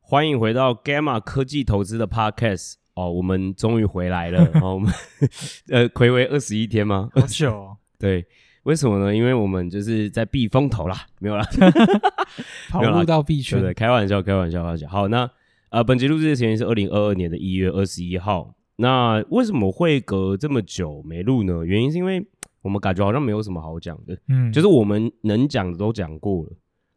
欢迎回到 Gamma 科技投资的 Podcast 哦，我们终于回来了。哦，我们 呃，暌违二十一天吗？好久、 哦，对，为什么呢？因为我们就是在避风头啦，没有啦，跑没有啦路到币对圈不对？开玩笑，开玩笑，开玩笑。好，那呃，本集录制的时间是二零二二年的一月二十一号。那为什么会隔这么久没录呢？原因是因为我们感觉好像没有什么好讲的，嗯，就是是我们能讲的都讲过了，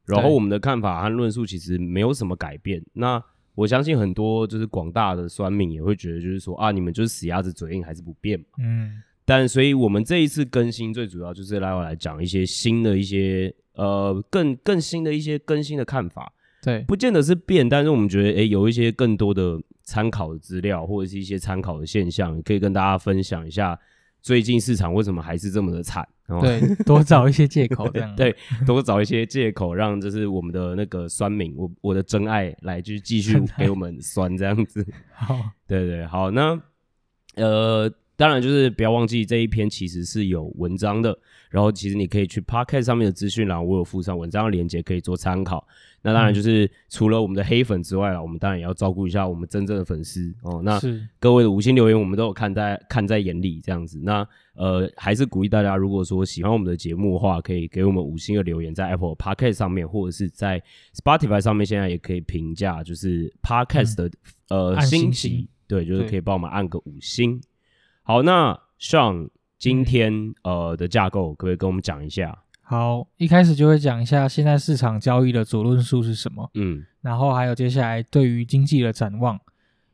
然后对我们的看法和论述其实没有什么改变。那我相信很多就是广大的酸民也会觉得，就是说啊，你们就是死鸭子嘴硬还是不变嘛。嗯，但所以我们这一次更新最主要就是来我来讲一些新的一些呃更更新的一些更新的看法，对，不见得是变，但是我们觉得诶有一些更多的参考的资料或者是一些参考的现象，可以跟大家分享一下最近市场为什么还是这么的惨。哦对， 多找一些借口这 样，对，多找一些借口，让就是我们的那个酸民，我我的真爱来就是继续给我们酸这样子。好，对对，好，那呃，当然就是不要忘记这一篇其实是有文章的，然后其实你可以去 Podcast 上面的资讯栏，我有附上文章的链接可以做参考。那当然就是除了我们的黑粉之外了，我们当然也要照顾一下我们真正的粉丝哦。那是各位的五星留言，我们都有看在看在眼里，这样子。那呃，还是鼓励大家，如果说喜欢我们的节目的话，可以给我们五星的留言，在 Apple Podcast 上面，或者是在 Spotify 上面，现在也可以评价，就是 Podcast 的、呃嗯按星星级星，对，就是对可以帮我们按个五星。好，那上今天、嗯呃的架构，可不可以跟我们讲一下？好，一开始就会讲一下现在市场交易的主论述是什么，嗯然后还有接下来对于经济的展望，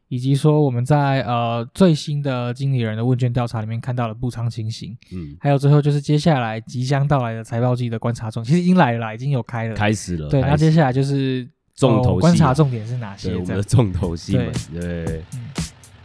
以及说我们在呃最新的经理人的问卷调查里面看到的布仓情形，嗯，还有最后就是接下来即将到来的财报季的观察重，其实已经来了啦，已经有开了，开始了，对，开那接始下来就是呃重头戏啊哦观察重点是哪些对我这们样的。重头戏们，对。嗯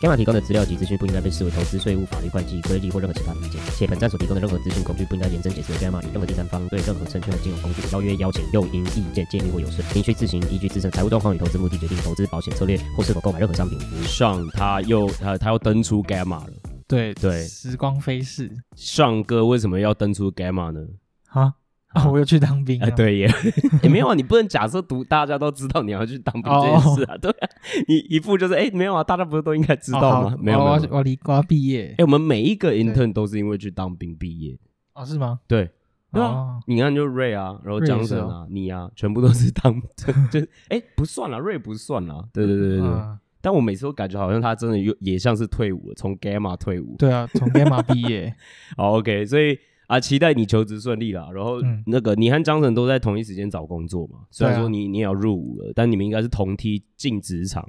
Gamma 提供的资料及资讯不应该被视为投资、税务、法律、会计、规例或任何其他的意见，且本站所提供的任何资讯工具不应该延伸解释为 Gamma 与任何第三方对任何证券和金融工具的邀约、邀请、诱因、意见、建议或有损。您需自行依据自身财务状况与投资目的决定投资、保险策略或是否购买任何商品。上他又呃他他又登出 Gamma 了，对对时光飞逝上哥为什么要登出 Gamma 呢？啊啊！ 我又去当兵哎、了，对 耶，也没有啊，你不能假设读大家都知道你要去当兵这件事啊，对 啊，你一步就是哎、没有啊，大家不是都应该知哦，道好吗？没有，没我有要没有，我离我要毕业哎、我们每一个 intern 都是因为去当兵毕业，哦，是吗？对，对啊哦，你看就瑞啊，然后 Ray 江也是神哦啊，你啊，全部都是当，就 就是哎、不算了，瑞不算了，对对对对对，嗯但我每次都感觉好像他真的又也像是退伍了，从 Gamma 退伍，对啊，从 Gamma 毕业，好 OK，所以。啊，期待你求职顺利啦。然后嗯那个，你和张晨都在同一时间找工作嘛？虽然对啊说你你也要入伍了，但你们应该是同梯进职场。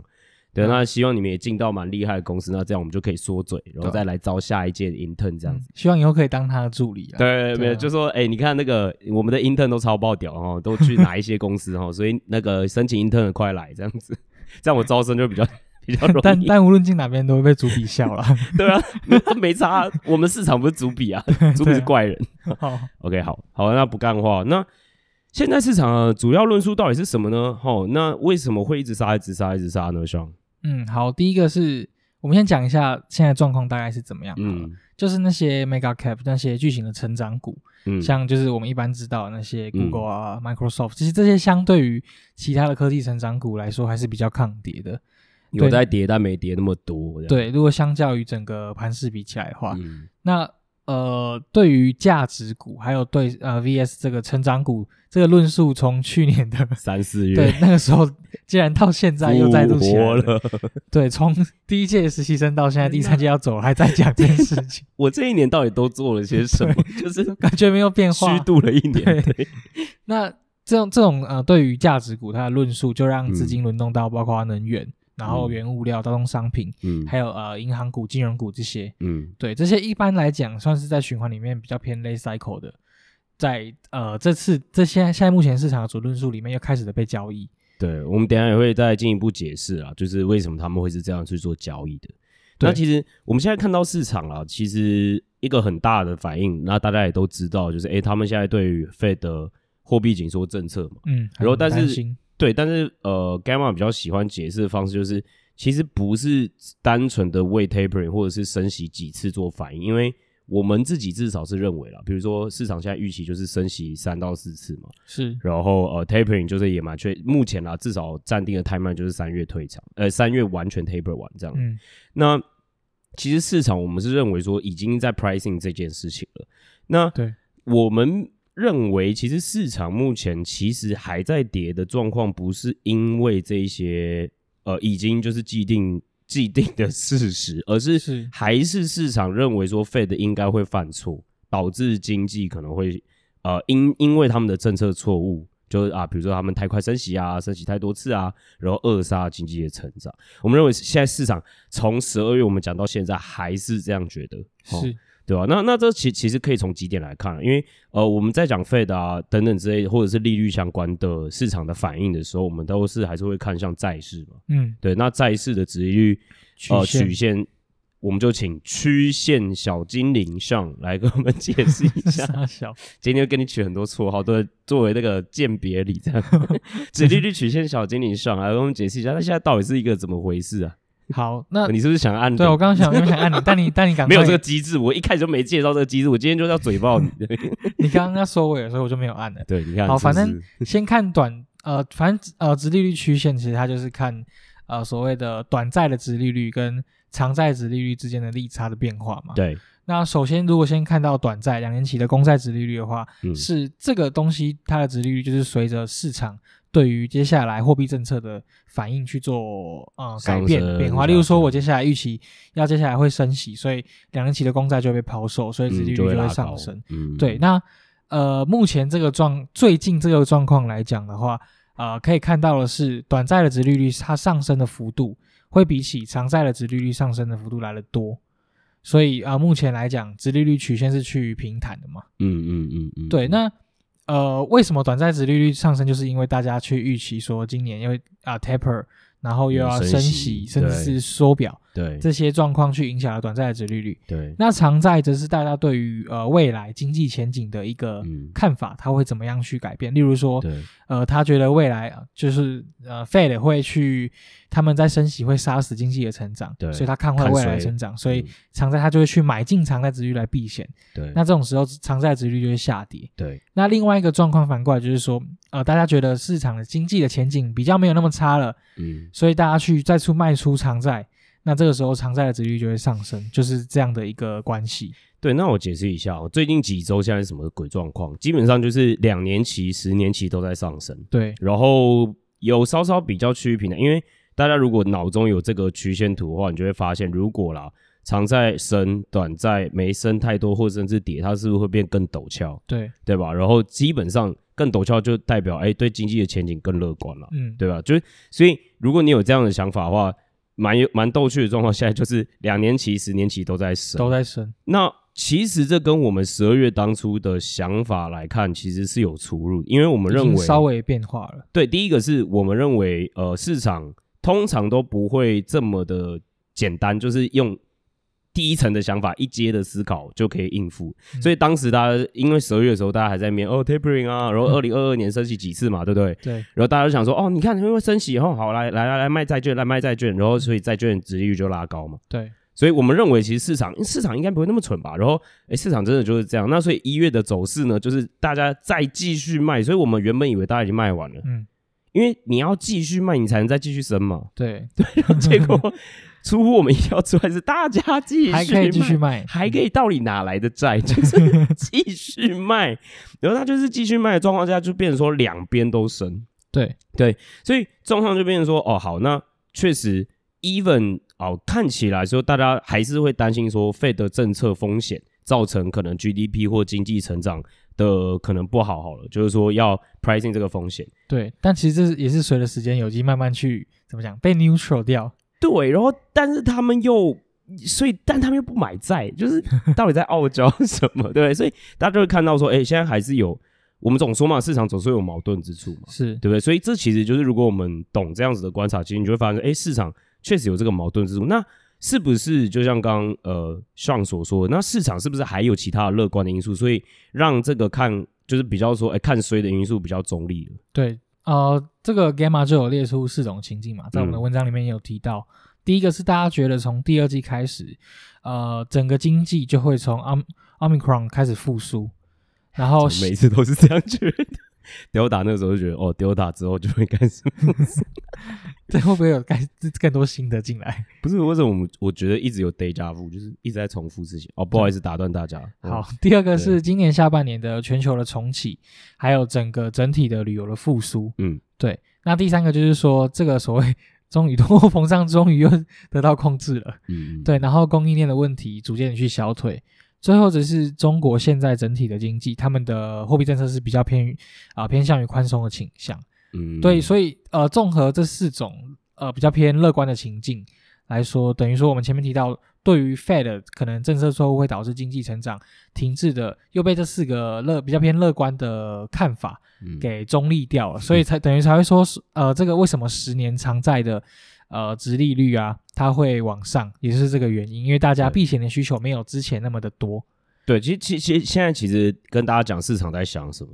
对，嗯那希望你们也进到蛮厉害的公司，那这样我们就可以缩嘴，然后对啊再来招下一届的 intern 这样子。嗯希望以后可以当他的助理啊。对，没有，啊就说哎、你看那个我们的 intern 都超爆屌 哦，都去哪一些公司哦，所以那个申请 intern 的快来这样子，这样我招生就比较 比较容易。但但无论进哪边都会被主笔笑了。 对啊，没这没差啊，我们市场不是主笔啊，主笔是 对啊怪人。好， OK，好好，那不干话。那现在市场的主要论述到底是什么呢？吼，那为什么会一直杀、一直杀、一直杀呢？兄，嗯，好，第一个是我们先讲一下现在状况大概是怎么样。嗯，嗯就是那些 mega cap 那些巨型的成长股，嗯，像就是我们一般知道的那些嗯 Google 啊、Microsoft，其实这些相对于其他的科技成长股来说，还是比较抗跌的。有在跌，但没跌那么多。这样，对，如果相较于整个盘势比起来的话，嗯那呃，对于价值股还有对呃 VS 这个成长股这个论述，从去 年的三四对月那个时候，竟然到现在又再度复起来活了。 对，从第一届的实习生到现在第三届要走了，还在讲这件事情，我这一年到底都做了些什么？ 就是感觉没有变 化。虚度了一年。对对，那这种这种呃，对于价值股它的论述，就让资嗯金轮动到包括能源，然后嗯原物料、大宗商品，嗯还有呃银行股、金融股这些。嗯对，这些一般来讲算是在循环里面比较偏 late cycle 的，在呃这次这些现在目前市场的主论述里面又开始的被交易。对，我们等一下也会再进一步解释啊，就是为什么他们会是这样去做交易的。对那其实我们现在看到市场啊，其实一个很大的反应，那大家也都知道，就是诶、他们现在对于 Fed 的货币紧缩政策嘛，嗯，然后但很担是心对，但是呃，Gamma 比较喜欢解释的方式就是，其实不是单纯的为 tapering 或者是升息几次做反应，因为我们自己至少是认为了，比如说市场现在预期就是升息三到四次嘛，是然后呃 tapering 就是也蛮确，目前啦至少暂定的 timeline 就是三月退场，呃三月完全 taper 完这样，嗯那其实市场我们是认为说已经在 pricing 这件事情了。那对我们认为，其实市场目前其实还在跌的状况，不是因为这一些呃已经就是既定 既定的事实，而是是还是市场认为说 Fed 应该会犯错，导致经济可能会呃因因为他们的政策错误。就是啊，比如说他们太快升息啊，升息太多次啊，然后扼杀经济的成长。我们认为现在市场从十二月我们讲到现在还是这样觉得，哦是对吧、那那这其其实可以从几点来看啊，因为呃我们在讲 Fed 啊等等之类，或者是利率相关的市场的反应的时候，我们都是还是会看向债市嘛。嗯对，那债市的值利率曲呃线曲线，我们就请曲线小精灵上来给我们解释一 下。傻小今天跟你取很多绰号，对，作为那个鉴别礼 这样。指利率曲线小精灵上来，我们解释一下，它现在到底是一个怎么回事啊？好 那你是不是想按铃？呃对啊我刚刚想因为想按你，但你但你赶快没有这个机制，我一开始就没介绍这个机制，我今天就是要嘴爆你。你刚刚要收尾的时候我就没有 按了。对，你看，好是不是反正先看短呃，反正呃，直利率曲线其实它就是看呃所谓的短债的直利率跟长债直利率之间的利差的变化嘛。。对，那首先，如果先看到短债两年期的公债直利率的话，嗯是这个东西它的直利率就是随着市场对于接下来货币政策的反应去做呃上改升变的变下化。例如说，降我接下来预期要接下来会升息，所以两年期的公债就会被抛售，所以直利率嗯就就会拉会高上升。。嗯，对，那呃，目前这个状最近这个状况来讲的话，呃，可以看到的是短债的值利率它上升的幅度会比起长债的值利率上升的幅度来得多，所以啊、呃目前来讲，值利率曲线是趋于平坦的嘛。嗯嗯嗯嗯，对，那呃，为什么短债值利率上升，就是因为大家去预期说今年因为啊、taper，然后又有要嗯升升息息，甚至对是缩表对这些状况去影响了短债的值利率。对，那常在则是大家对于呃未来经济前景的一个嗯看法，他会怎么样去改变？例如说，对呃，他觉得未来呃就是呃 Fed 会去他们在升息会杀死经济的成长，对所以他看坏看未来的衰增长，所以嗯常在他就会去买进常在值率来避险。对，那这种时候常在值率就会下跌。对那另外一个状况反过来就是说，呃，大家觉得市场的经济的前景比较没有那么差了，嗯所以大家去再出卖出常在，那这个时候常在的值率就会上升，就是这样的一个关系。对，那我解释一下，哦，最近几周现在是什么鬼状况？基本上就是两年期、十年期都在上升。对，然后有稍稍比较趋于平的，因为大家如果脑中有这个曲线图的话，你就会发现，如果啦长在升，短在没升太多，或者甚至跌，它是不是会变更陡峭，对，对吧？然后基本上更陡峭就代表哎对经济的前景更乐观了，嗯，对吧？就是所以如果你有这样的想法的话，蛮有蛮逗趣的状况，现在就是两年期、十年期都在升，都在升，那其实这跟我们十二月当初的想法来看，其实是有出入，因为我们已认经为稍微变化了。对，第一个是我们认为，呃，市场通常都不会这么的简单，就是用第一层的想法、一阶的思考就可以应付。嗯所以当时大家因为十二月的时候，大家还在面哦 tapering 啊，然后二零二二年升息几次嘛，对不对？对，然后大家就想说，哦，你看因为升息以后，好来来来来卖债券，来卖债券，然后所以债券值率就拉高嘛。对，所以我们认为，其实市场市场应该不会那么蠢吧？然后，诶，市场真的就是这样。那所以一月的走势呢，就是大家再继续卖。所以我们原本以为大家已经卖完了，嗯，。因为你要继续卖，你才能再继续升嘛 对，结果出乎我们意料之外，是大家继续还可以继续卖，卖，还可以到底哪来的债？就是继续卖， 然后他就是继续卖的状况下，就变成说两边都升，对所以状况就变成说，哦，好，那确实，even 哦，看起来说大家还是会担心说 Fed 的政策风险造成可能 GDP 或经济成长的可能不好，好了，就是说要 pricing 这个风险。对。但其实这也是随着时间有机慢慢去怎么讲被 neutral 掉。对，然后但是他们又，所以但他们又不买债，就是 到底在傲娇什么？对，所以大家就会看到说，哎，现在还是有，我们总说嘛，市场总是有矛盾之处嘛，是，对不对？所以这其实就是如果我们懂这样子的观察，其实你就会发现，哎，市场确实有这个矛盾之处。那是不是就像刚刚呃上所说的，那市场是不是还有其他的乐观的因素，所以让这个看就是比较说，哎、看衰的因素比较中立了。对，呃，这个 Gamma 就有列出四种情境嘛，在我们的嗯文章里面也有提到。第一个是大家觉得从第二季开始，呃，整个经济就会从 Om Omicron 开始复苏，然后我每次都是这样觉得。Delta 那时候就觉得，哦，Delta 之后就会干什么？这 会不会有更更多新的进来？不是为什么我们我觉得一直有 day job，就是一直在重复事情。哦，不好意思打断大家。嗯好，，第二个对是今年下半年的全球的重启，还有整个整体的旅游的复苏。嗯，对。那第三个就是说，这个所谓 终于通货膨胀终于又得到控制了，嗯，嗯对。然后供应链的问题逐渐地去消退。最后只是中国现在整体的经济，他们的货币政策是比较偏于啊、偏向于宽松的倾向。嗯对，所以呃，综合这四种呃比较偏乐观的情境来说，等于说我们前面提到，对于 Fed 可能政策错误会导致经济成长停滞的，又被这四个乐比较偏乐观的看法嗯给中立掉了，所以才等于才会说是呃，这个为什么十年长债的呃值利率啊，它会往上，也是这个原因，因为大家对避险的需求没有之前那么的多。对，其实其其实现在其实跟大家讲市场在想什么，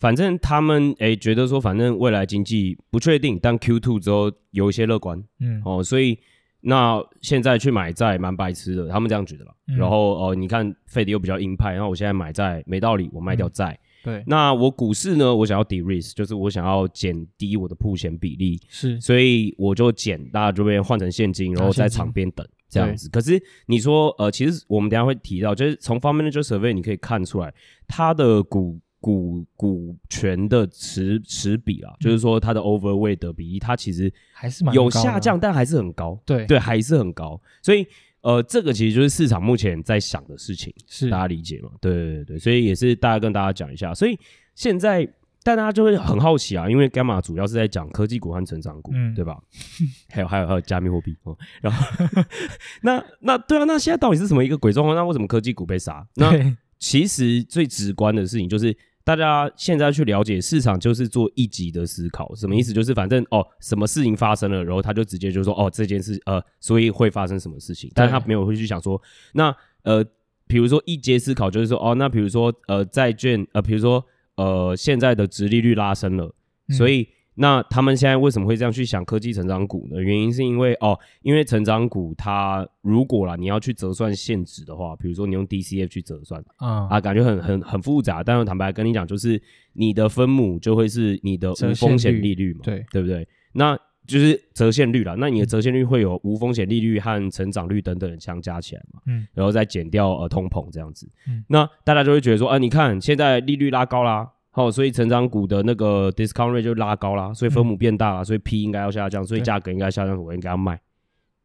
反正他们诶觉得说，反正未来经济不确定，但 Q two 之后有一些乐观嗯，哦，所以那现在去买债蛮白痴的，他们这样觉得了。嗯然后哦、你看费迪又比较鹰派，然后我现在买债没道理，我卖掉债。对，那我股市呢，我想要 de risk，就是我想要减低我的铺险比例，是所以我就减，大家就被换成现金，然后啊在场边等这样子。可是你说，呃，其实我们等一下会提到，就是从 Fund Manager Survey 你可以看出来，它的股股股权的持持比啊，就是说它的 overweight 的比例，它其实还嗯是蛮有高的下降，，但还是很高，对对，还是很高。所以，呃，这个其实就是市场目前在想的事情。是大家理解嘛？对对对对，所以也是大家跟大家讲一下。所以现在但大家就会很好奇啊，因为 Gamma 主要是在讲科技股和成长股，嗯对吧？ 还有还有还有加密货币哦。然后 那那对啊，那现在到底是什么一个鬼状况？那为什么科技股被杀？那对 其实最直观的事情就是。大家现在去了解市场，就是做一级的思考，什么意思？就是反正哦，什么事情发生了，然后他就直接就说哦，这件事呃，所以会发生什么事情，但他没有会去想说，那呃，比如说一阶思考，就是说哦，那比如说呃，债券呃，比如说呃，现在的殖利率拉升了，嗯所以那他们现在为什么会这样去想科技成长股呢？原因是因为哦，因为成长股它如果啦，你要去折算现值的话，比如说你用 DCF 去折算嗯啊，感觉很很很复杂，但是坦白跟你讲，就是你的分母就会是你的折无现风险率利率嘛，对对不对？那就是折现率啦，那你的折现率会有无风险利率和成长率等等的相加起来嘛，嗯，然后再减掉呃通膨这样子，嗯那大家就会觉得说，啊，你看现在利率拉高啦，好、所以成长股的那个 discount rate 就拉高啦，所以分母变大啦，所以 P 应该要下降，所以嗯对价格应该下降，我应该要卖。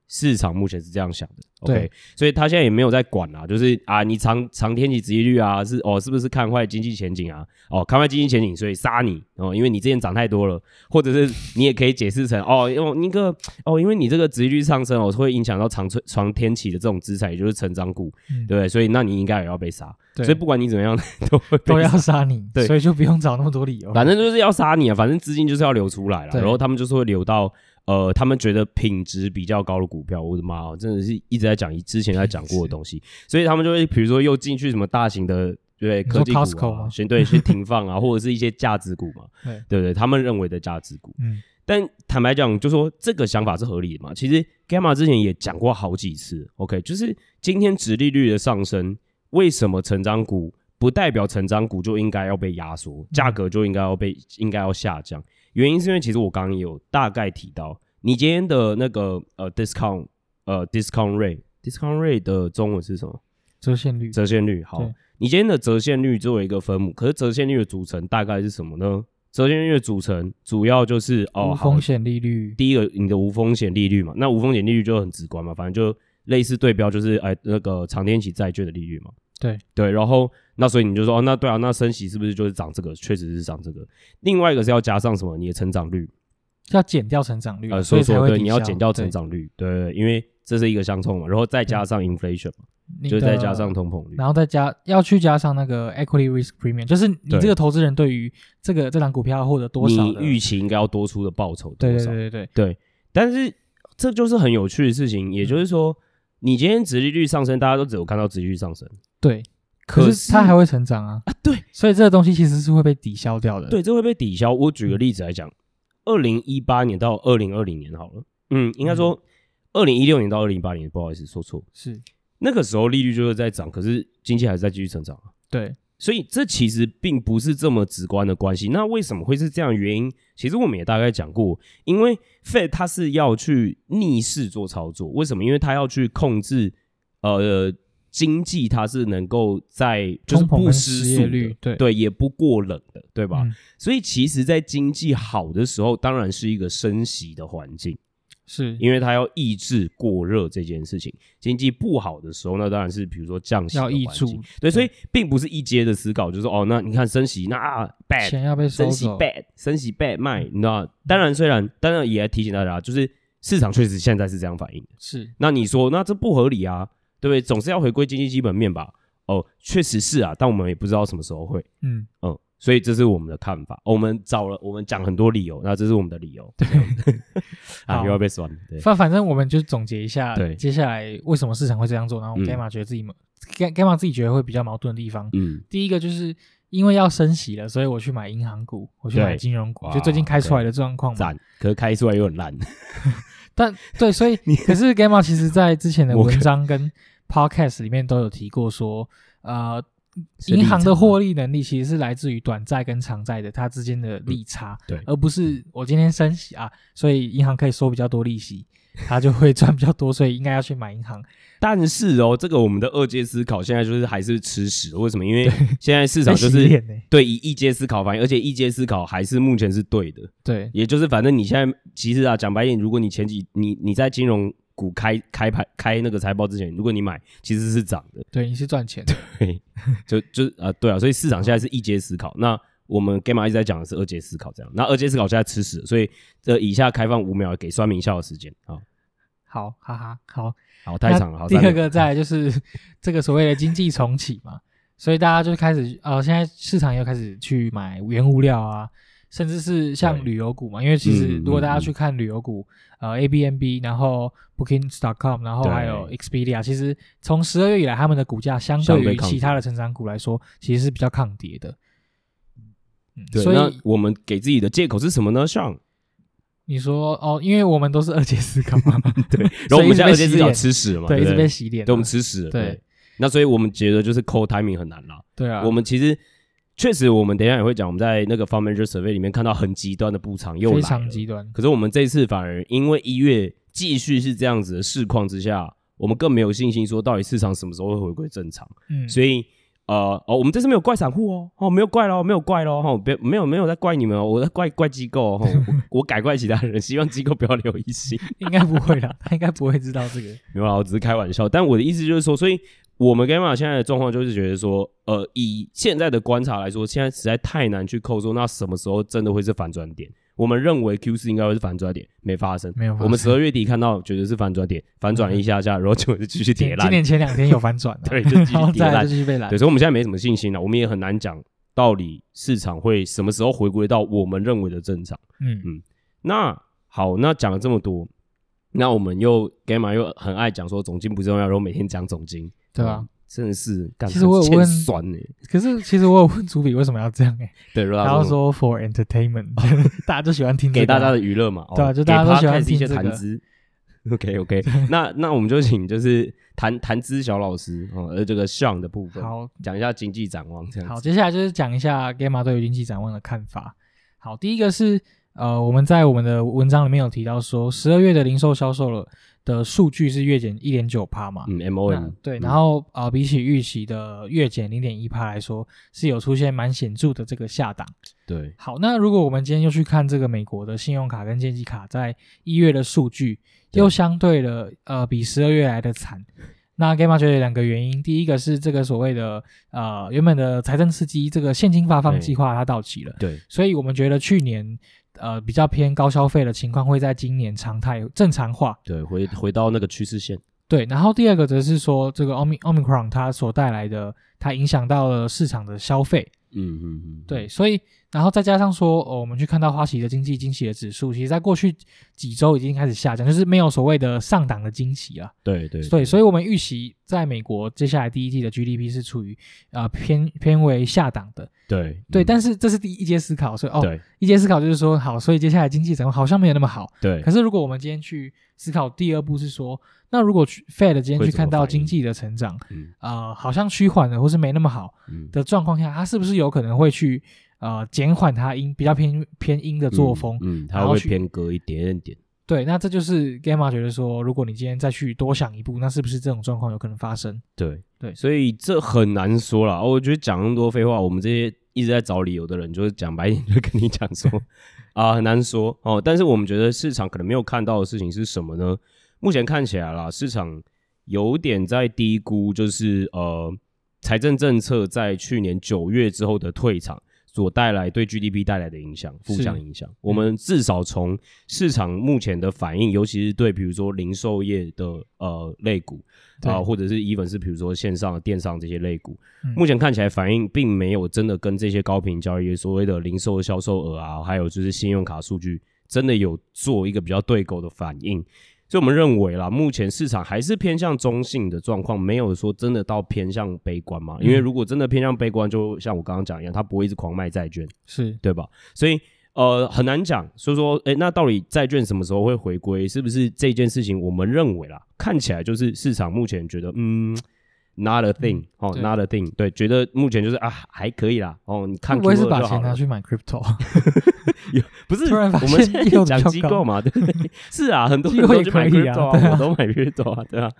市场目前是这样想的，OK，对所以他现在也没有在管啦、就是啊，你长长天期殖利率啊，是哦，是不是看坏经济前景啊？哦，看坏经济前景，所以杀你哦，因为你之前涨太多了，或者是你也可以解释成哦，因为那个哦，因为你这个殖利率上升哦，会影响到长春长天期的这种资产，也就是成长股，嗯对不对？所以那你应该也要被杀，对所以不管你怎么样 都会被都要杀杀你，对所以就不用找那么多理由。反正就是要杀你啊，反正资金就是要流出来了，对然后他们就是会流到呃，他们觉得品质比较高的股票，我的妈、哦，真的是一直在讲之前在讲过的东西，所以他们就会比如说又进去什么大型的。对你科说技股 Costco 啊吗，选对去停放啊，或者是一些价值股嘛， 对对不对？他们认为的价值股，嗯，但坦白讲，就说这个想法是合理的嘛？其实 Gamma 之前也讲过好几次，OK，就是今天殖利率的上升，为什么成长股不代表成长股就应该要被压缩，价格就应该要被应该要下降？原因是因为其实我刚刚也有大概提到，你今天的那个呃 discount 呃 discount rate discount rate 的中文是什么？折现率折现率。好对，你今天的折现率作为一个分母，可是折现率的组成大概是什么呢？折现率的组成主要就是哦，无好风险利率，第一个你的无风险利率嘛，那无风险利率就很直观嘛，反正就类似对标就是哎那个长天期债券的利率嘛。对对，然后那所以你就说哦，那对啊，那升息是不是就是涨这个？确实是涨这个。另外一个是要加上什么？你的成长率，要减掉成长率，啊呃，所所以以才说会对，抵你要消减掉成，长率，对对，对因为这是一个相冲嘛，然后再加上 inflation 嘛，对就是再加，你上的通膨率。然后再加要去加上那个 equity risk premium，就是你对这个投资人对于这个这档股票要获得多少你的预期应该要多出的报酬多对对少？对对对，嗯但是这就是很有趣的事情，也就是说，你今天殖利率上升，大家都只有看到殖利率上升，对，可是它还会成长啊，对，所以这个东西其实是会被抵消掉的。对，这会被抵消。我举个例子来讲，二零一八年到二零二零年好了，嗯，应该说二零一六年到二零一八年，不好意思说错，是，那个时候利率就是在涨，可是经济还是在继续成长啊。对，所以这其实并不是这么直观的关系。那为什么会是这样的原因？其实我们也大概讲过，因为 Fed 它是要去逆势做操作，为什么？因为它要去控制呃经济，它是能够在就是通膨不跟失失速业的率，对对，也不过冷的，对吧？嗯所以其实，在经济好的时候，当然是一个升息的环境，是因为它要抑制过热这件事情。经济不好的时候，那当然是比如说降息的要抑环境住，对，所以并不是一阶的思考，就是说哦，那你看升息，那、啊、bad，钱要被收嗯升息走， bad，升息 bad 卖，你知道？当然，虽然当然也提醒大家，就是市场确实现在是这样反应的。是那你说，那这不合理啊，对不对？总是要回归经济基本面吧？哦，确实是啊，但我们也不知道什么时候会。嗯，嗯，所以这是我们的看法。哦我们找了，我们讲很多理由，那这是我们的理由。对， 啊，好又要被酸了。对，反反正我们就总结一下，对接下来为什么市场会这样做，然后我嗯们 Gamma 觉得自己们 Gamma 自己觉得会比较矛盾的地方，嗯，第一个就是因为要升息了，所以我去买银行股，我去买对金融股，哇就最近开出来的状况嘛。赞。可是开出来又很烂。 但对，所以可是 Gamma 其实在之前的我可文章跟 Podcast 里面都有提过说，呃，是啊利银行差的获利能力其实是来自于短债跟长债的它之间的利差，嗯对而不是我今天升息啊，所以银行可以收比较多利息，它就会赚比较多，所以应该要去买 银行。但是哦，这个我们的二阶思考现在就是还是吃屎。为什么？因为现在市场就被洗是脸呢对以一阶思考反应，而且一阶思考还是目前是对的。对也就是反正你现在其实啊，讲白一点，如果你前几你你在金融股开开牌开那个财报之前，如果你买其实是涨的。对，你是赚钱的，对，就就是啊、呃对啊，所以市哦场现在是一阶思考。那我们 Gamma 一直在讲的是二阶思考，这样。那二阶思考现在吃屎，所以呃，以下开放五秒给酸民笑的时间啊。好，哈哈，好。好，太长了。好，第三二秒个再来就是 这个所谓的经济重启嘛，所以大家就开始呃，现在市场又开始去买原物料啊，甚至是像对旅游股嘛，因为其实嗯如果嗯大家嗯去看旅游股，呃，Airbnb，然后 Booking.com，然后还有 Expedia，其实从十二月以来，他们的股价相相对对于抗其跌他的成长股来说，其实是比较抗跌的。嗯对，所那以我们给自己的借口是什么呢？上，你说哦，因为我们都是二阶思考 嘛，对，然后我们现在二阶思思考吃屎了嘛？对，对一不直对，被洗脸啊，对我们吃屎了。对对，那所以我们觉得就是 call timing 很难啦。对啊，我们其实确实，我们等一下也会讲，我们在那个 Fund Manager Survey 里面看到很极端的补偿又非来了常。极端，可是我们这次反而因为一月继续是这样子的市况之下，我们更没有信心说到底市场什么时候会回归正常。嗯， 所以呃哦，我们这次没有怪散户哦，哦没有怪咯，没有怪咯，哈、哦，别没有没有在怪你们哦，我在怪怪机构哦，吼我我 改怪其他人，希望机构不要留疑心。嗯应该不会啦，他应该不会知道 这个。没有啦，我只是开玩笑。但我的意思就是说，所以我们 Gamma 现在的状况就是觉得说，呃，以现在的观察来说，现在实在太难去扣说那什么时候真的会是反转点。我们认为 Q 四应该会是反转点，没发生。嗯没有发生我们十二月底看到觉得是反转点，反转了一下下，然后就继续跌今烂今。年前两天有反转、啊， 对就继续然后跌再来烂就继续被拦对，。所以我们现在没什么信心了，我们也很难讲到底市场会什么时候回归到我们认为的正常。嗯，那好，那讲了这么多，那我们又 Gamma 又很爱讲说总经不重要，然后每天讲总经，对啊嗯，真的是干，其实我有欠问酸呢、可是其实我有问主笔为什么要这样哎、对，然然后后说说 for entertainment，大 家就喜欢听、这哦个啊给大家的娱乐嘛，对啊哦就大家都喜欢给 podcast 一些听这个谈资。OK OK，那那我们就请就是谈谈资小老师哦，呃，这个上的部分，好讲一下经济展望这样好，子。接下来就是讲一下 Gamma 对于经济展望的看法。好，第一个是呃，我们在我们的文章里面有提到说，十二月的零售销售了的数据是月减一点九趴嘛，嗯那，MOM 嗯对，然后呃，比起预期的月减零点一趴来说，是有出现蛮显著的这个下档。对，好，那如果我们今天又去看这个美国的信用卡跟借记卡在一月的数据，对又相对的呃比十二月来的惨。那 Gamma 觉得有两个原因，第一个是这个所谓的呃原本的财政刺激这个现金发放对计划它到期了，对，所以我们觉得去年呃比较偏高消费的情况会在今年常态正常化。对，回回到那个趋势线，对，然后第二个则是说这个 Omi Omicron 它所带来的它影响到了市场的消费，嗯嗯嗯，对，所以然后再加上说，哦，我们去看到花旗的经济惊喜的指数，其实在过去几周已经开始下降，就是没有所谓的上档的惊喜了。对对对，所以我们预期在美国接下来第一季的 GDP 是处于呃偏偏为下档的。对对，嗯但是这是第一阶思考，所以哦，对一阶思考就是说，好，所以接下来经济展望好像没有那么好。对嗯可是如果我们今天去思考第二步是说，那如果去 Fed 今天会去怎么看到反应经济的成长，嗯呃，好像趋缓了，或是没那么好，嗯的状况下，它是不是有可能会去呃减缓它阴比较偏偏阴的作风？嗯，嗯然它后会去偏隔一点点，对，那这就是 Gamma 觉得说，如果你今天再去多想一步，那是不是这种状况有可能发生？对对所以这很难说啦。哦我觉得讲那么多废话，我们这些一直在找理由的人，就是讲白一点，就跟你讲 说啊，很难说哦。但是我们觉得市场可能没有看到的事情是什么呢？目前看起来啦，市场有点在低估，就是呃，财政政策在去年九月之后的退场。所带来对 GDP 带来的影响，负是嗯向影响。我们至少从市场目前的反应，尤其是对比如说零售业的呃类股，对啊，或者是 even 是比如说线上的电商这些类股，嗯目前看起来反应并没有真的跟这些高频交易所谓的零售销售额啊，还有就是信用卡数据，真的有做一个比较对勾的反应。所以我们认为啦，目前市场还是偏向中性的状况，没有说真的到偏向悲观嘛。因为嗯如果真的偏向悲观，就像我刚刚讲一样，它不会一直狂卖债券。是对吧？所以呃很难讲，所以说诶，那到底债券什么时候会回归？是不是这件事情我们认为啦，看起来就是市场目前觉得嗯。Not a thing，、哦嗯对，Not a thing，对，觉得目前就是啊，还可以啦，哦，你看会不会是 Q2 把就好钱拿了去买 crypto？ 不是，突然发我们现现又在比较讲机高构嘛，对， 是啊，很多机人构都也去买可以啊 crypto，、对啊我都买 crypto 啊，对啊，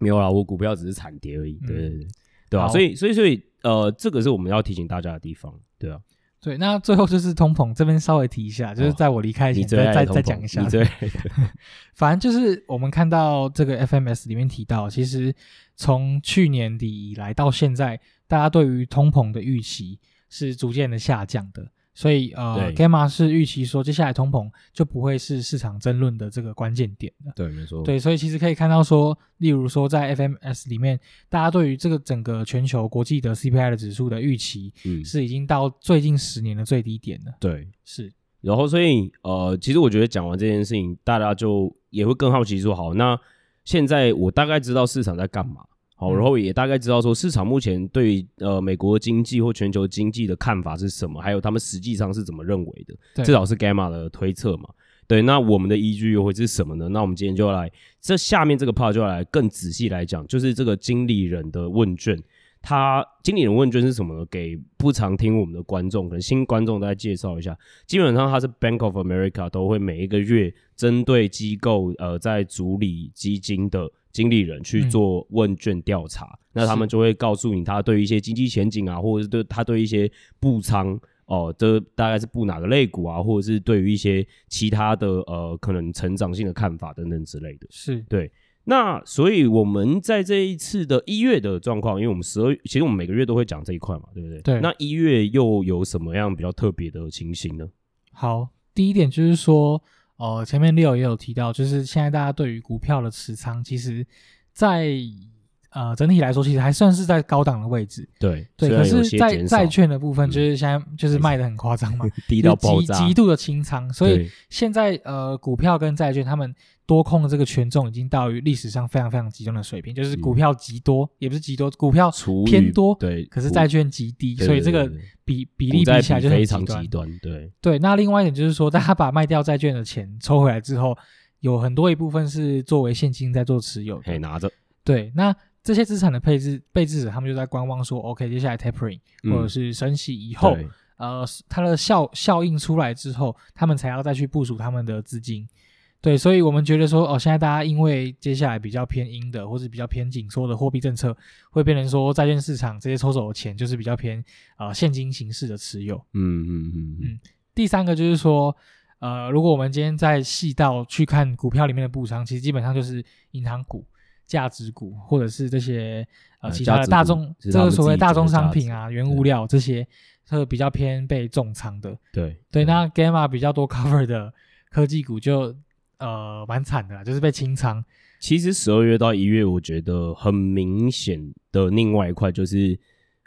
没有啦，我股票只是惨跌而已，对对对，对啊，嗯好所以所以所以呃，这个是我们要提醒大家的地方，对啊，对，那最后就是通膨这边稍微提一下，就是哦在我离开你前最爱哎再再的再通膨讲一下你。最爱 反正就是我们看到这个 FMS 里面提到，其实从去年底以来到现在，大家对于通膨的预期是逐渐的下降的。所以呃对，Gamma 是预期说接下来通膨就不会是市场争论的这个关键点了。对，没错，对，所以其实可以看到说，例如说在 FMS 里面，大家对于这个整个全球国际的 CPI 的指数的预期嗯，是已经到最近十年的最低点了。对，是，然后所以呃，其实我觉得讲完这件事情，大家就也会更好奇说，好，那现在我大概知道市场在干嘛，好，嗯然后也大概知道说市场目前对于呃美国经济或全球经济的看法是什么，还有他们实际上是怎么认为的，对至少是 Gamma 的推测嘛。对，那我们的依据又会是什么呢？那我们今天就来这下面这个 part 就来更仔细来讲，就是这个经理人的问卷。他经理人问卷是什么呢？给不常听我们的观众，可能新观众大家介绍一下。基本上它是 Bank of America 都会每一个月针对机构呃在主理基金的经理人去嗯做问卷调查，那他们是就会告诉你他对一些经济前景啊，或者是对他对一些布仓哦，这、大概是布哪个类股啊，或者是对于一些其他的呃可能成长性的看法等等之类的。是，那所以我们在这一次的一月的状况，因为我们十二，其实我们每个月都会讲这一块嘛，对不对？对那一月又有什么样比较特别的情形呢？好，第一点就是说，呃，前面六也有提到，就是现在大家对于股票的持仓，其实在，呃整体来说，其实还算是在高档的位置。对虽对，可然有是些在减少债券的部分，嗯就是现在就是卖的很夸张嘛， 低就到是爆极炸，极度的清仓，所以对现在呃股票跟债券他们多空的这个权重已经到于历史上非常非常集中的水平，就是股嗯票极多，也不是极多，股票除以偏多，对，可是除债券极低，对所以这个对对对比比股例债比起来就很非极常端极。端，对对，那另外一点就是说，在他把卖掉债券的钱抽回来之后，有很多一部分是作为现金在做持有可以的。拿着，对，那这些资产的配置配置者，他们就在观望说，OK，接下来 tapering 嗯或者是升息以后，对嗯呃，它的效效应出来之后，他们才要再去部署他们的资金。对，所以我们觉得说，哦，现在大家因为接下来比较偏阴的，或者比较偏紧缩的货币政策，会变成说债券市场这些抽走的钱就是比较偏呃现金形式的持有。嗯嗯嗯嗯嗯第三个就是说，呃，如果我们今天再细到去看股票里面的补偿，其实基本上就是银行股、价值股，或者是这些呃呃其他价的值股大众，是这他们个所自谓己大觉得宗商价值品啊、原物对料这些，是比较偏被重仓的。对对，那 Gamma 比较多 cover 的科技股就呃蛮惨的啦，就是被清仓。其实十二月到一月，我觉得很明显的另外一块就是，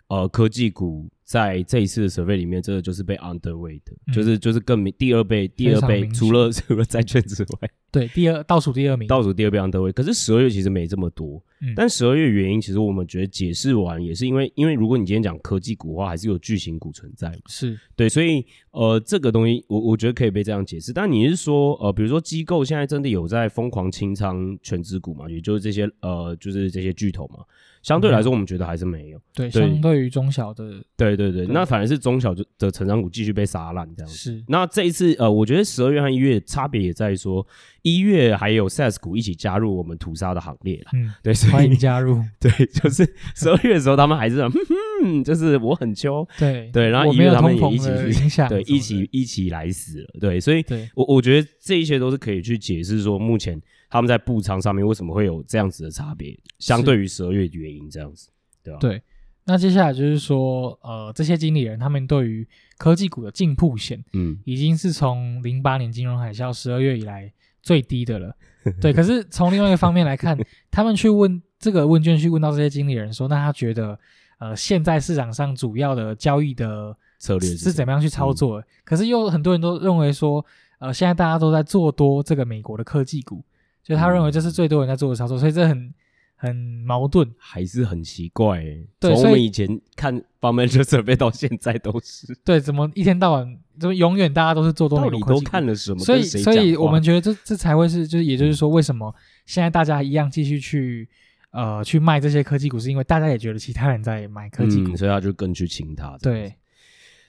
呃，科技股在这一次的 survey 里面，这个就是被 underweight，、嗯就是就是更明第二倍，第二非常倍明嗯除了 除了债券之外，对，第二倒数第二 名，倒数第二倍 underweight。可是十二月其实没这么多，嗯但十二月原因其实我们觉得解释完也是因为，因为如果你今天讲科技股的话，还是有巨型股存在嘛。是对，所以呃，这个东西我我觉得可以被这样解释。但你是说呃，比如说机构现在真的有在疯狂清仓全资股嘛？也就是这些呃，就是这些巨头嘛。相对来说，我们觉得还是没有。对，对相对于中小的对对对，对那反而是中小的成长股继续被杀烂这样子。是那这一次呃，我觉得十二月和一月差别也在于说，一月还有 SaaS 股一起加入我们屠杀的行列啦。嗯，对，所欢迎以加入，对，就是十二月的时候，他们还是很 哼哼，就是我很秋，对 对然后我一没月有他通们也一膨起的去影响，对，一起一起来死了，对，所以对我我觉得这一些都是可以去解释说，目前他们在步仓上面为什么会有这样子的差别，相对于十二月的原因这样子，对吧？对那接下来就是说，呃，这些经理人他们对于科技股的进铺险，嗯，已经是从零八年金融海啸十二月以来最低的了。对，可是从另外一个方面来看，他们去问这个问卷去问到这些经理人说，那他觉得呃现在市场上主要的交易的策略是是嗯怎么样去操作的？可是又很多人都认为说，呃，现在大家都在做多这个美国的科技股，就他认为嗯这是最多人在做的操作，所以这很很矛盾。还是很奇怪、欸，对从所我以们以前看 Financial Survey 到现在都是，对，怎么一天到晚怎么永远大家都是做多到美底国科都技股看了什么？所以，跟谁所以讲话我们觉得这这才会是，就是也就是说，为什么现在大家一样继续去呃去卖这些科技股，是因为大家也觉得其他人在买科技股。嗯，所以他就更去清它。这样子对，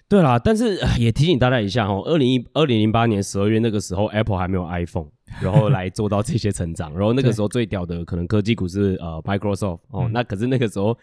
对啦，但是呃也提醒大家一下哦，二零一二零零八年十二月那个时候，Apple 还没有 iPhone，然 后来做到这些成长，然后那个时候最屌的可能科技股是呃 Microsoft 哦，嗯那可是那个时候，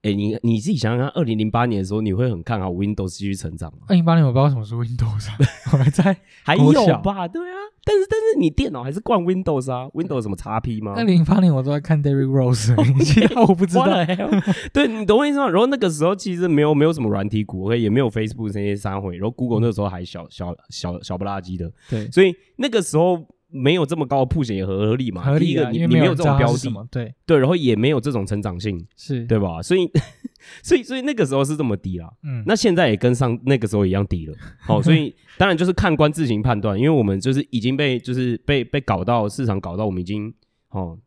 哎，你你自己想想看，二零零八年的时候，你会很看好 Windows 继续成长吗？二零八年我不知道什么是 Windows，、啊、 我还在还国有小吧，对啊，但是但是你电脑还是灌 Windows 啊，Windows 什么 XP 吗？二零零八年我都在看 Derry Rose，你其他我不知道。 What the hell？对你懂我意思吗？然后那个时候其实没有没有什么软体股，也没有 Facebook 这些商会，然后 Google 那时候还小小小小不拉几的，对，所以那个时候没有这么高的铺险也合理嘛。合第一理个啊，你因为你没没有人这知种道它标是什的，么。嗯对，对，然后也没有这种成长性，是，对吧？所以 所以所以那个时候是这么低啦。嗯，那现在也跟上那个时候一样低 了，好、所以当然就是看官自行判断，因为我们就是已经被就是被被搞到市场搞到，我们已经哦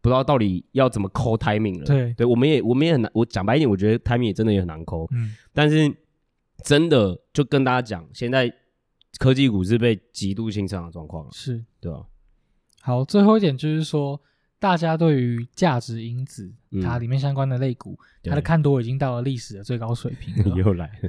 不知道到底要怎么抠 timing 了。对对，我们也我们也很难，我讲白一点，我觉得 timing 也真的也很难抠。嗯，但是真的就跟大家讲，现在科技股是被极度清仓的状况了，是。对吧、好，最后一点就是说，大家对于价值因子嗯它里面相关的类股，对它的看多已经到了历史的最高水平 了。又来了，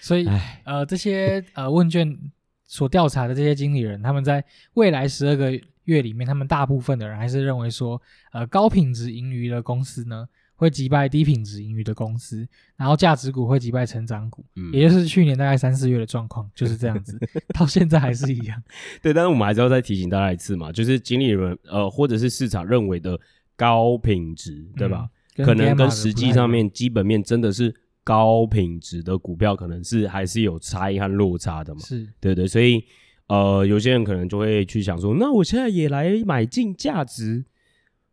所以唉呃，这些呃问卷所调查的这些经理人，他们在未来十二个月里面，他们大部分的人还是认为说，呃，高品质盈余的公司呢。会击败低品质盈余的公司，然后价值股会击败成长股，嗯也就是去年大概三四月的状况就是这样 子，到现在还是一样。对，但是我们还是要再提醒大家一次嘛，就是经理人呃，或者是市场认为的高品质，对吧？嗯？可能跟 Gamma 的实不际太上一样面基本面真的是高品质的股票，可能是还是有差异和落差的嘛，是对对，所以呃，有些人可能就会去想说，那我现在也来买进价值，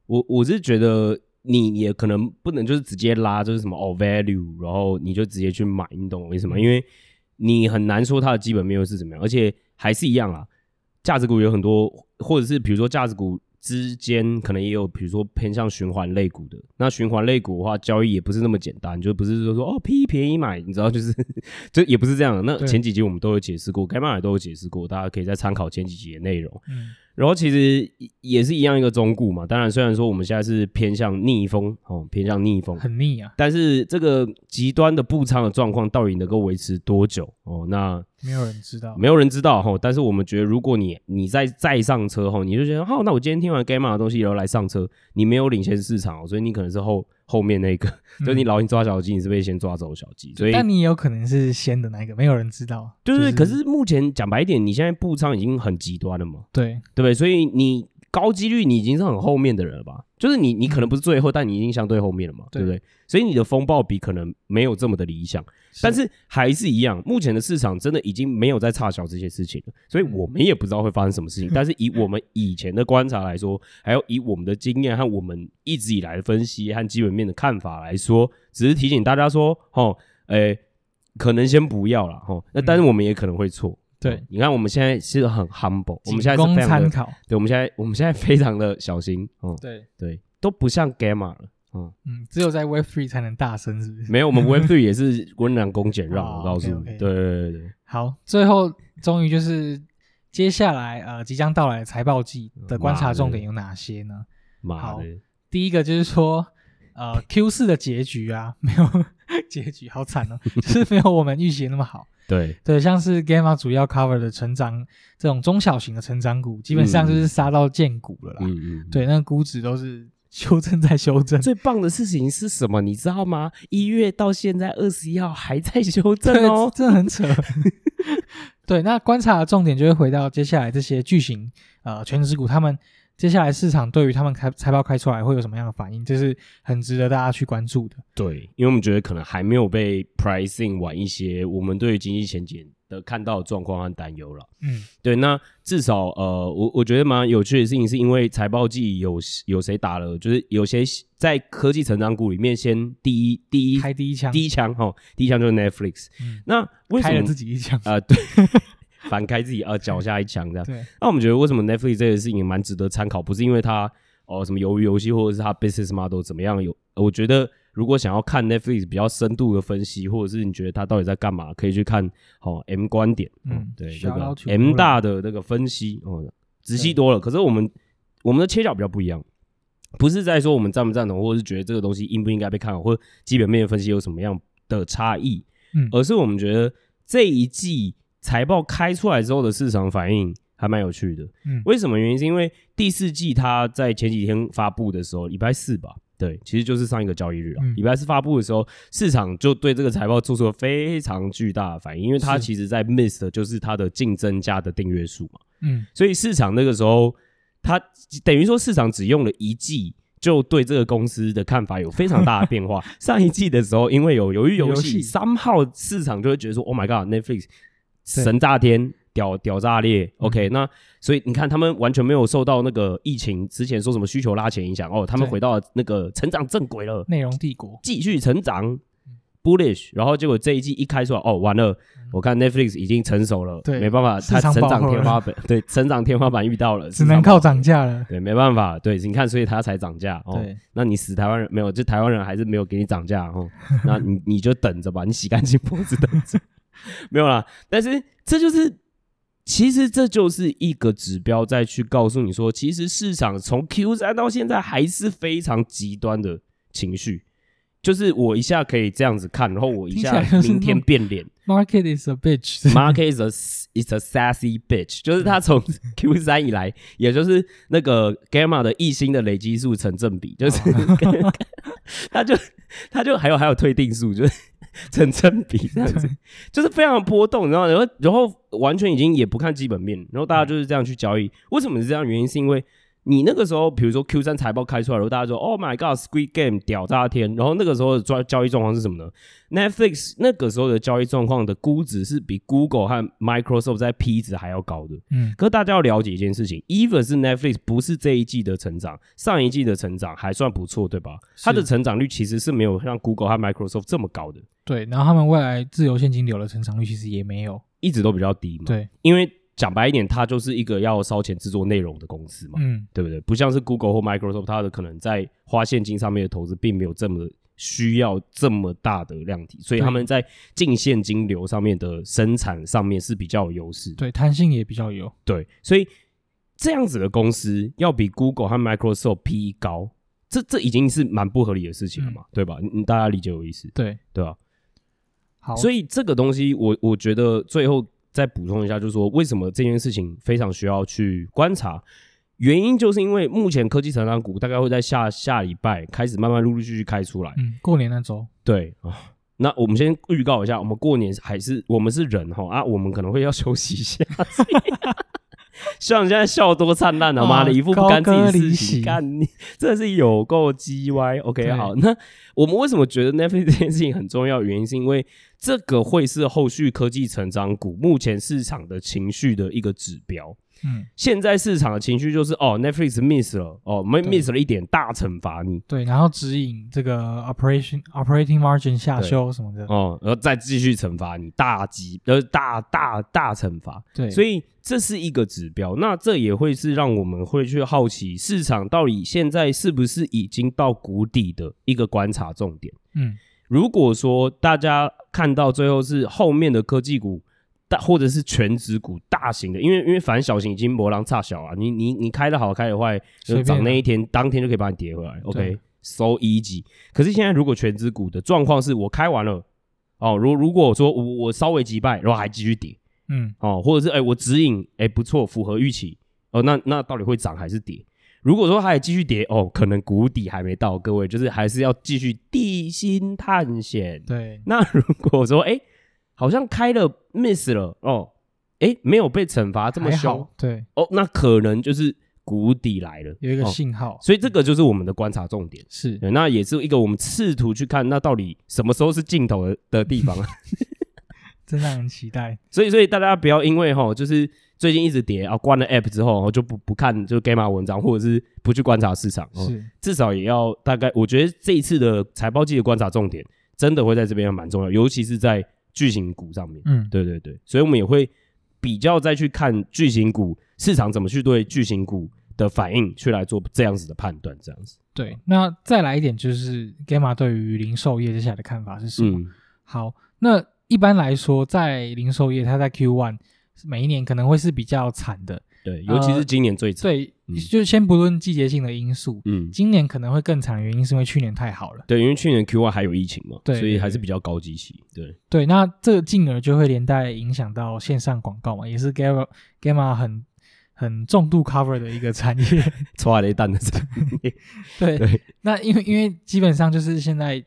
我我是觉得。你也可能不能就是直接拉，就是什么哦 value，然后你就直接去买，你懂我意思吗？因为你很难说它的基本面又是怎么样，而且还是一样啦，价值股有很多，或者是比如说价值股之间可能也有，比如说偏向循环类股的。那循环类股的话，交易也不是那么简单，就不是说说哦 P 便宜买，你知道就是 就也不是这样的。那对前几集我们都有解释过，该卖也都有解释过，大家可以再参考前几集的内容。嗯，然后其实也是一样一个中固嘛，当然虽然说我们现在是偏向逆风哦，偏向逆风，很腻啊，但是这个极端的步仓的状况到底能够维持多久哦？那没有人知道。没有人知道哈，哦但是我们觉得，如果你你再再上车后，你就觉得，哦，那我今天听完 Gamma 的东西，然后来上车，你没有领先市场哦，所以你可能是后后面那个， 嗯所以你老鹰抓小鸡，你是被先抓走小鸡，所以但你也有可能是先的那一个，没有人知道。就是，可是目前讲白一点，你现在步仓已经很极端了嘛，对对不对？所以你高几率你已经是很后面的人了吧？就是你你可能不是最后，但你已经相对后面了嘛，对对不对？所以你的风暴比可能没有这么的理想。但是还是一样，目前的市场真的已经没有在差小这些事情了，所以我嗯们也不知道会发生什么事情。 但是以我们以前的观察来说，还有以我们的经验和我们一直以来的分析和基本面的看法来说，只是提醒大家说，哦，诶、可能先不要了哈。那但是我们也可能会错。嗯对，你看我们现在是很 humble，我们现在是仅供非常参的考。对，我们现在我们现在非常的小心，嗯，对，对，都不像 Gamma 了，嗯，只有在 Web Three 才能大声，是不是？没有，我们 Web Three 也是温良恭俭让， 哦我告诉你， OK，OK 对对对对，好，最后终于就是接下来呃即将到来的财报季的观妈察的重点有哪些呢？妈好的，第一个就是说，呃，Q 四的结局啊，没有 结局，好惨哦，就是没有我们预期的那么好。对，对，像是 Gamma 主要 cover 的成长这种中小型的成长股，基本上就是杀到见骨了啦。嗯嗯，对，那估值都是 修正再修正。最棒的事情是什么？你知道吗？一月到现在二十一号还在修正对哦，真的很扯。 对，那观察的重点就会回到接下来这些巨型呃全职股，他们接下来市场对于他们开财报开出来会有什么样的反应，这是很值得大家去关注的。 对，因为我们觉得可能还没有被 pricing 晚一些，我们对于经济前景的看到的状况和担忧了。嗯，对，那至少呃，我我觉得蛮有趣的事情，是因为财报季有有谁打了，就是有些在科技成长股里面先第一第一开第一枪，第一枪哈，第一枪就是 Netflix。嗯那为什开了么自己一枪。啊、对， 反开自己呃脚下一枪这样。 对，那我们觉得为什么 Netflix 这个事情蛮值得参考，不是因为它哦什么鱿鱼游戏或者是它 business model 怎么样有，呃我觉得如果想要看 Netflix 比较深度的分析，或者是你觉得它到底在干嘛，可以去看哦 M 观点，嗯对，这 shout out 个 to M Mulan 大的那个分析哦，仔细多了。可是我们我们的切角比较不一样。不是在说我们赞不赞同，或者是觉得这个东西应不应该被看好，或者基本面分析有什么样的差异，嗯，而是我们觉得这一季财报开出来之后的市场反应还蛮有趣的。嗯为什么原因？是因为第四季它在前几天发布的时候，礼拜四吧，对，其实就是上一个交易日啊嗯，礼、拜四发布的时候，市场就对这个财报做出了非常巨大的反应，因为它是其实在 miss 的就是它的竞争价的订阅数嘛，嗯所以市场那个时候，它等于说市场只用了一季。就对这个公司的看法有非常大的变 化。上一季的时候，因为有由于游游戏戏三号市场就会觉得说，Oh my God，Netflix 神炸天，屌屌炸裂。OK，那嗯所以你看，他们完全没有受到那个疫情之前说什么需求拉前影响哦，他们对回到那个成长正轨了，内容帝国，继续成长。bullish，然后结果这一季一开出来，哦，完了！我看 Netflix 已经成熟了，嗯对没办法，市它场成饱长和天了花板，对，成长天花板遇到了， 只市能场饱靠和涨价了。对，没办法，对，你看，所以它才涨价哦。对，那你死台湾人没有，就台湾人还是没有给你涨价哦。 那你你就等着吧，你洗干净脖子等着。 没有啦，但是这就是，其实这就是一个指标，再去告诉你说，其实市场从 Q 三到现在还是非常极端的情绪。就是我一下可以这样子看，然后我一听起下来就是明那天种变脸， Market is a bitch。 Market is a is a sassy bitch，就是他从 Q 三以来，也就是那个 Gamma 的一星的累积数成正比，就是 他就他就还有还有退订数，就是 成正比这样子，就是非常波动，然后然后然后完全已经也不看基本面，然后大家就是这样去交易。为什么是这样？原因是因为你那个时候，比如说 Q 三财报开出来，然后大家说 “Oh my God，Squid Game 屌炸天”，然后那个时候的交交易状况是什么呢？Netflix 那个时候的交易状况的估值是比 Google 和 Microsoft 在 P 值还要高的。 嗯可是大家要了解一件事情，even 是 Netflix 不是这一季的成长，上一季的成长还算不错，对吧？它的成长率其实是没有像 Google 和 Microsoft 这么高的，对，然后他们未来自由现金流的成长率其实也没有。一直都比较低嘛。，对，因为讲白一点，它就是一个要烧钱制作内容的公司嘛，嗯，对不对？不像是 Google 或 Microsoft，它的可能在花现金上面的投资并没有这么需要这么大的量体，所以对他们在净现金流上面的生产上面是比较有优势的。对，弹性也比较有。对，所以这样子的公司要比 Google 和 Microsoft PE 高，这这已经是蛮不合理的事情了嘛，对吧？你你大家理解我意思，对，对吧、好，所以以这个东西我，我觉得最后再补充一下，就是说为什么这件事情非常需要去观察。原因就是因为目前科技成长股大概会在下下礼拜开始慢慢陆陆续续开出来，嗯，过年那周，对哦啊，那我们先预告一下，我们过年还是我们是人哈啊，我们可能会要休息一下。 所以希望你现在笑多灿烂啊！哇妈的，一副不干自己的高歌离事席情，干你真的是有够鸡歪。OK，对好，那我们为什么觉得 Netflix 这件事情很重要？原因是因为这个会是后续科技成长股目前市场的情绪的一个指标。嗯，现在市场的情绪就是哦，Netflix miss 了，哦，没对 miss 了一点，大惩罚你对，然后指引这个 operation operating margin 下修什么的，哦，然后再继续惩罚你，大级呃大大大惩罚，对，所以以这是一个指标。那这也会是让我们会去好奇市场到底现在是不是已经到谷底的一个观察重点。嗯，如果说大家看到最后是后面的科技股大或者是全指股大型的，因为因为反正小型已经磨狼差小啊，你你你开的好开的坏，就随便涨那啊一天当天就可以把你跌回来，OK 对。 so easy，可是现在如果全指股的状况是我开完了，哦，如如果我说我我稍微击败，然后还继续跌，嗯，哦，或者是哎、我指引哎、不错，符合预期哦，那那到底会涨还是跌？如果说它还继续跌哦，可能谷底还没到，各位就是还是要继续地心探险。对，那如果说哎、好像开了 miss 了哦，哎、没有被惩罚这么还凶好，对，哦，那可能就是谷底来了，有一个哦信号所以这个就是我们的观察重点。是对，那也是一个我们试图去看，那到底什么时候是尽头的的地方啊？真让人期待，所以，所以大家不要因为哈，就是最近一直跌啊，关了 App 之后齁就不不看就 Gamma 文章，或者是不去观察市场，齁是至少也要大概。我觉得这一次的财报季的观察重点，真的会在这边蛮重要，尤其是在巨型股上面。嗯，对对对，所以我们也会比较再去看巨型股市场怎么去对巨型股的反应，去来做这样子的判断，这样子。对。那再来一点就是 Gamma 对于零售业接下来的看法是什么？嗯，好，那一般来说，在零售业，它在 Q one 每一年可能会是比较惨的，对，尤呃其是今年最惨。对，嗯就先不论季节性的因素，嗯，今年可能会更惨的原因是因为去年太好了，对，因为去年 Q1 还有疫情嘛，对所以对还是对比较高基期。对， 对，那这进而就会连带影响到线上广告嘛，也是 Gamma Gamma 很很重度 cover 的一个产业， 抽了一蛋的这对，对那因为因为基本上就是现在。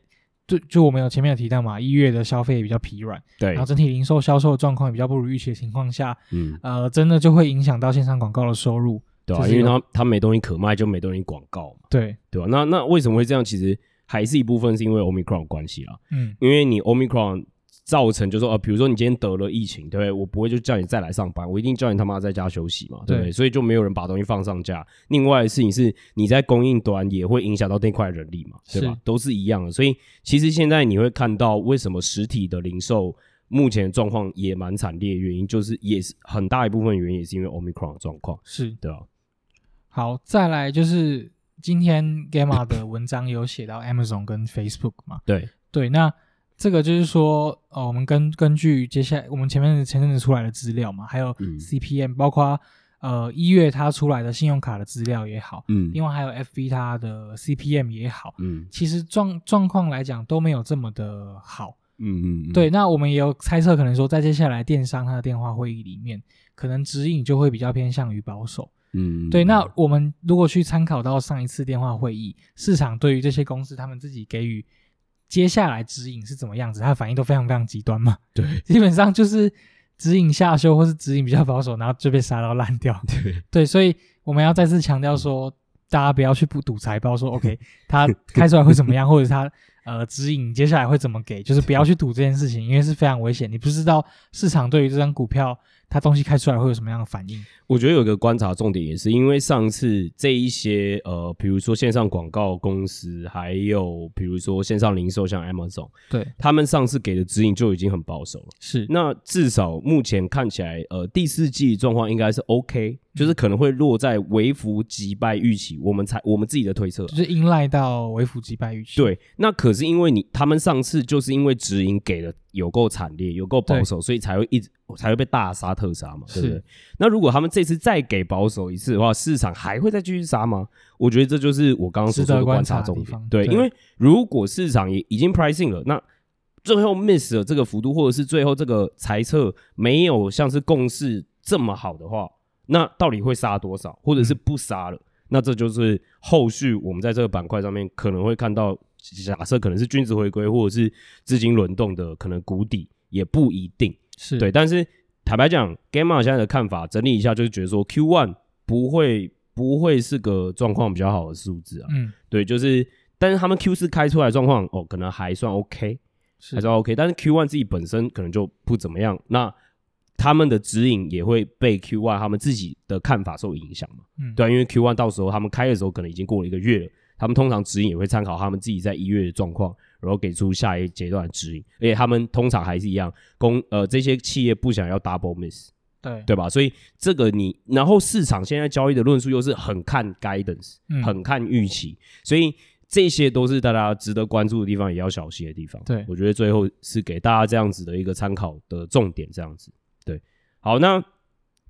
就就我们有前面有提到嘛，一月的消费也比较疲软，对然后整体零售销售的状况也比较不如预期的情况下，嗯，呃，真的就会影响到线上广告的收入。对就啊，是因为有他他没东西可卖，就没东西广告嘛，对，对吧、那那为什么会这样？其实还是一部分是因为 Omicron 的关系啦，嗯，因为你 Omicron 造成就说呃，比如说你今天得了疫情，对不对？我不会就叫你再来上班，我一定叫你他妈在家休息嘛，对不对？对所以就没有人把东西放上架。另外的事情是，你在供应端也会影响到那块人力嘛，对吧是？都是一样的。所以其实现在你会看到为什么实体的零售。目前的状况也蛮惨烈，原因就是也是很大一部分原因也是因为 Omicron 的状况，是。对吧、好，再来就是今天 Gamma 的文章有写到 Amazon 跟 Facebook 嘛？对，对，那这个就是说，呃，我们根根据接下来我们前面前阵子出来的资料嘛，还有嗯 CPM，、包括呃一月它出来的信用卡的资料也好，嗯另外还有 FB 它的 CPM 也好，嗯其实状状况来讲都没有这么的好。嗯嗯，对，那我们也有猜测，可能说在接下来电商它的电话会议里面，可能指引就会比较偏向于保守。嗯，嗯对，那我们如果去参考到上一次电话会议，市场对于这些公司他们自己给予接下来指引是怎么样子，它的反应都非常非常极端嘛。 对， 基本上就是指引下修，或是指引比较保守，然后就被杀到烂掉。 对对，所以我们要再次强调说，大家不要去不赌财报，说 OK，它开出来会怎么样，或者它呃指引接下来会怎么给，就是不要去赌这件事情，因为是非常危险，你不知道市场对于这张股票它东西开出来会有什么样的反应。我觉得有一个观察重点也是，因为上次这一些呃，比如说线上广告公司，还有比如说线上零售，像 Amazon，对，他们上次给的指引就已经很保守了。是，那至少目前看起来，呃，第四季状况应该是 OK，就是可能会落在微幅击败预期，我们才我们自己的推测啊。就是依赖到微幅击败预期。，对，那可是因为你他们上次就是因为直营给的有够惨烈、有够保对守，所以才会一直才会被大杀特杀嘛，对不是对？那如果他们这次再给保守一次的话，市场还会再继续杀吗？我觉得这就是我刚刚所值得说的观观察察的重地点方。对，对因为如果市场也已经 pricing 了，那最后 miss 了这个幅度，或者是最后这个猜测没有像是共识这么好的话，那到底会杀多少，或者嗯是不杀了？那这就是后续我们在这个板块上面可能会看到，假设可能是均值回归或者是资金轮动的可能谷底也不一定。是对，，但是坦白讲，Gamma 现在的看法整理一下，就是觉得说 Q1 不会不会是个状况比较好的数字啊。嗯，对，就是但是他们 Q 四开出来的状况哦，可能还算 OK，是还算 OK，但是 Q1 自己本身可能就不怎么样。那他们的指引也会被 Q One 他们自己的看法受影响嘛？嗯，对、啊，因为 Q One 到时候他们开的时候可能已经过了一个月了，他们通常指引也会参考他们自己在一月的状况，然后给出下一阶段的指引，而且他们通常还是一样，公呃这些企业不想要 double miss，对对吧？所以这个你，然后市场现在交易的论述又是很看 guidance，、嗯很看预期，所以这些都是大家值得关注的地方，也要小心的地方。对我觉得最后是给大家这样子的一个参考的重点，这样子。对，好，那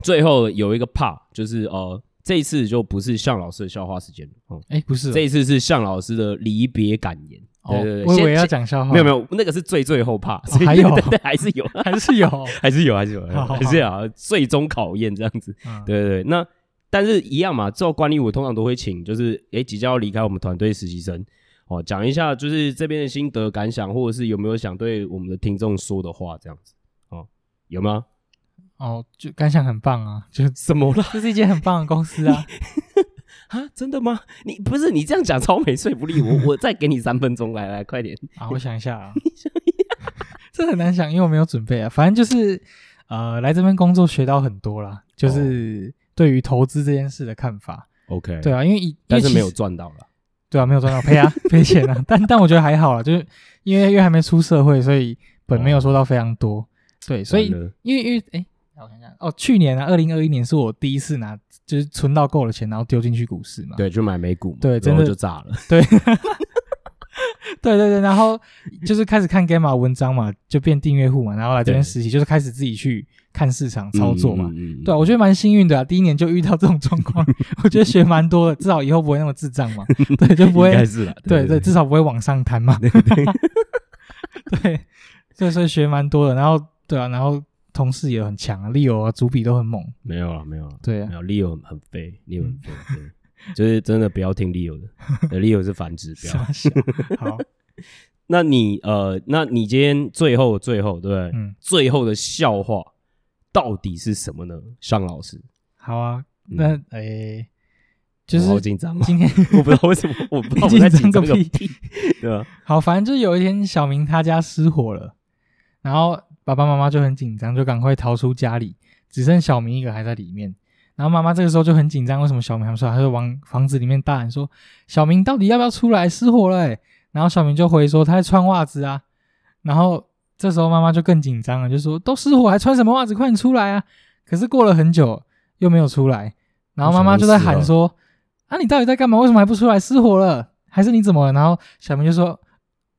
最后有一个 part 就是呃，这一次就不是向老师的笑话时间了，哦、哎，不是哦这一次是向老师的离别感言。哦，对对对，我以先为要先讲笑话，哦没有没有，那个是最最后怕，所以还有 对还是有，有，还是有， 还是有，还是有，好好好还是有，最终考验这样子。嗯对对对，那但是一样嘛，这种惯例我通常都会请，就是诶即将要离开我们团队实习生哦，讲一下就是这边的心得感想，或者是有没有想对我们的听众说的话这样子哦，有吗？哦，就感想很棒 啊，就什么啦？这是一间很棒的公司啊，啊，真的吗？你不是你这样讲超没说 服力，我我再给你三分钟，来来快点。啊，我想一下啊， 这很难想，因为我没有准备啊。反正就是呃，来这边工作学到很多啦，哦就是对于投资这件事的看法。 OK，对，啊，因为一但是没有，因为其实赚到了。对啊，没有赚到赔啊赔钱啊。 但但我觉得还好啦，就是因为因为还没出社会，所以本哦没有收到非常多。对，所以完了因为因为哎，让我想想哦，去年啊，二零二一年是我第一次拿就是存到够了钱，然后丢进去股市嘛。对，就买美股嘛，对然真后的就炸了。对对对，然后就是开始看 Gamma 文章嘛，就变订阅户嘛，然后来这边对实习，就是开始自己去看市场操作嘛。嗯，嗯嗯嗯对啊，我觉得蛮幸运的啊，第一年就遇到这种状况， 我觉得学蛮多的，至少以后不会那么智障嘛。对，就 不应该会，是啦。对对对，至少不会往上弹嘛。 对，所以所以学蛮多的，然后对啊，然后同事也很强啊，Leo 啊，主笔都很猛。没有了，没有了。对啊没，有 Leo 很很废，Leo 嗯很废，对，就是真的不要听 Leo 的对，Leo 是反 指标。傻笑。好，那你呃，那你今天最后最后对不对？嗯，最后的笑话到底是什么呢？尚老师，好啊，嗯那诶，就我好是紧张哦， 今天。我不知道为什么，我不知道我你在紧紧张个张个屁屁，对啊吧？好，反正就有一天小明他家失火了，然后爸爸妈妈就很紧张，就赶快逃出家里，只剩小明一个还在里面。然后妈妈这个时候就很紧张，为什么小明还不出来？她就往房子里面大喊说：“小明到底要不要出来？失火了、欸！”然后小明就回说：“他在穿袜子啊。”然后这时候妈妈就更紧张了，就说：“都失火还穿什么袜子？快点出来啊！”可是过了很久又没有出来，然后妈妈就在喊说：“啊，你到底在干嘛？为什么还不出来？失火了，还是你怎么了？”然后小明就说：“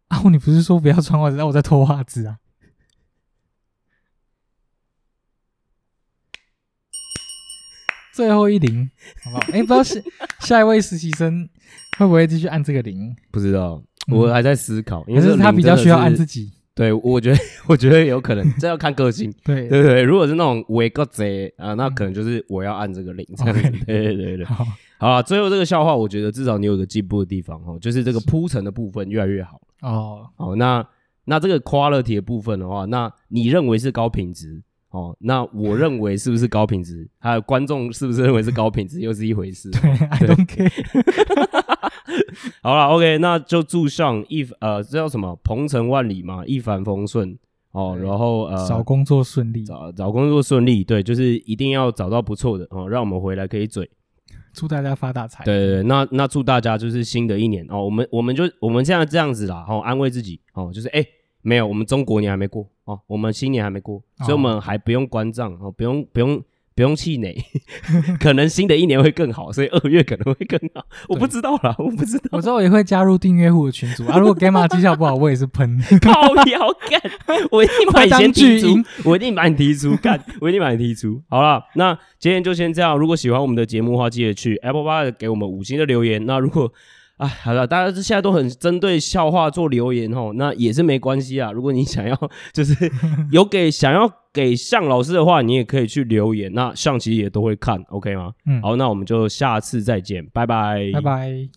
啊，你不是说不要穿袜子，那我在脱袜子啊。最后一铃，好不好？哎、不知道是下一位实习生会不会继续按这个铃，不知道，嗯我还在思考，因为可这是个他名比较真的需要是按自。己。对，我觉得我觉得有可能，这要看个 性。对，对对对，如果是那种伪个贼啊，那可能就是我要按这个铃这样子。 OK 对对对对， 好，好啦，最后这个笑话，我觉得至少你有一个进步的地方哦，就是这个铺陈的部分越来越好。哦，好，那那这个 quality 的部分的话，那你认为是高品质哦？那我认为是不是高品质？还有观众是不是认为是高品质，又是一回事。对，I don't care。好了，OK，那就祝上一呃，这叫什么？鹏程万里嘛，一帆风顺哦。对然后呃，找哎工作顺利，找找工作顺利，对，就是一定要找到不错的哦，让我们回来可以嘴。祝大家发大财。对对对，那那祝大家就是新的一年哦，我们我们就我们现在这样子啦，哦，安慰自己哦，就是哎、没有，我们中国年还没过哦，我们新年还没过，所以我们还不用关账哦，不用不用不用气馁， 可能新的一年会更好，所以二月可能会更好，我不知道啦，我不知道我，之后也会加入订阅户的群组啊。如果 Gamma 绩效不好，我也是 喷。靠腰干，我一定把你先踢我当巨出婴，我一定把你踢出，干，我一定把你踢出。好了，那今天就先这样。如果喜欢我们的节目的话，记得去 Apple Bar 给我们五星的留言。那如果哎，好了，大家现在都很针对笑话做留言哦，那也是没关系啊。如果你想要，就是有给想要给向老师的话，你也可以去留言。那向其实也都会看，OK 吗？嗯，好，那我们就下次再见，拜拜，拜。拜。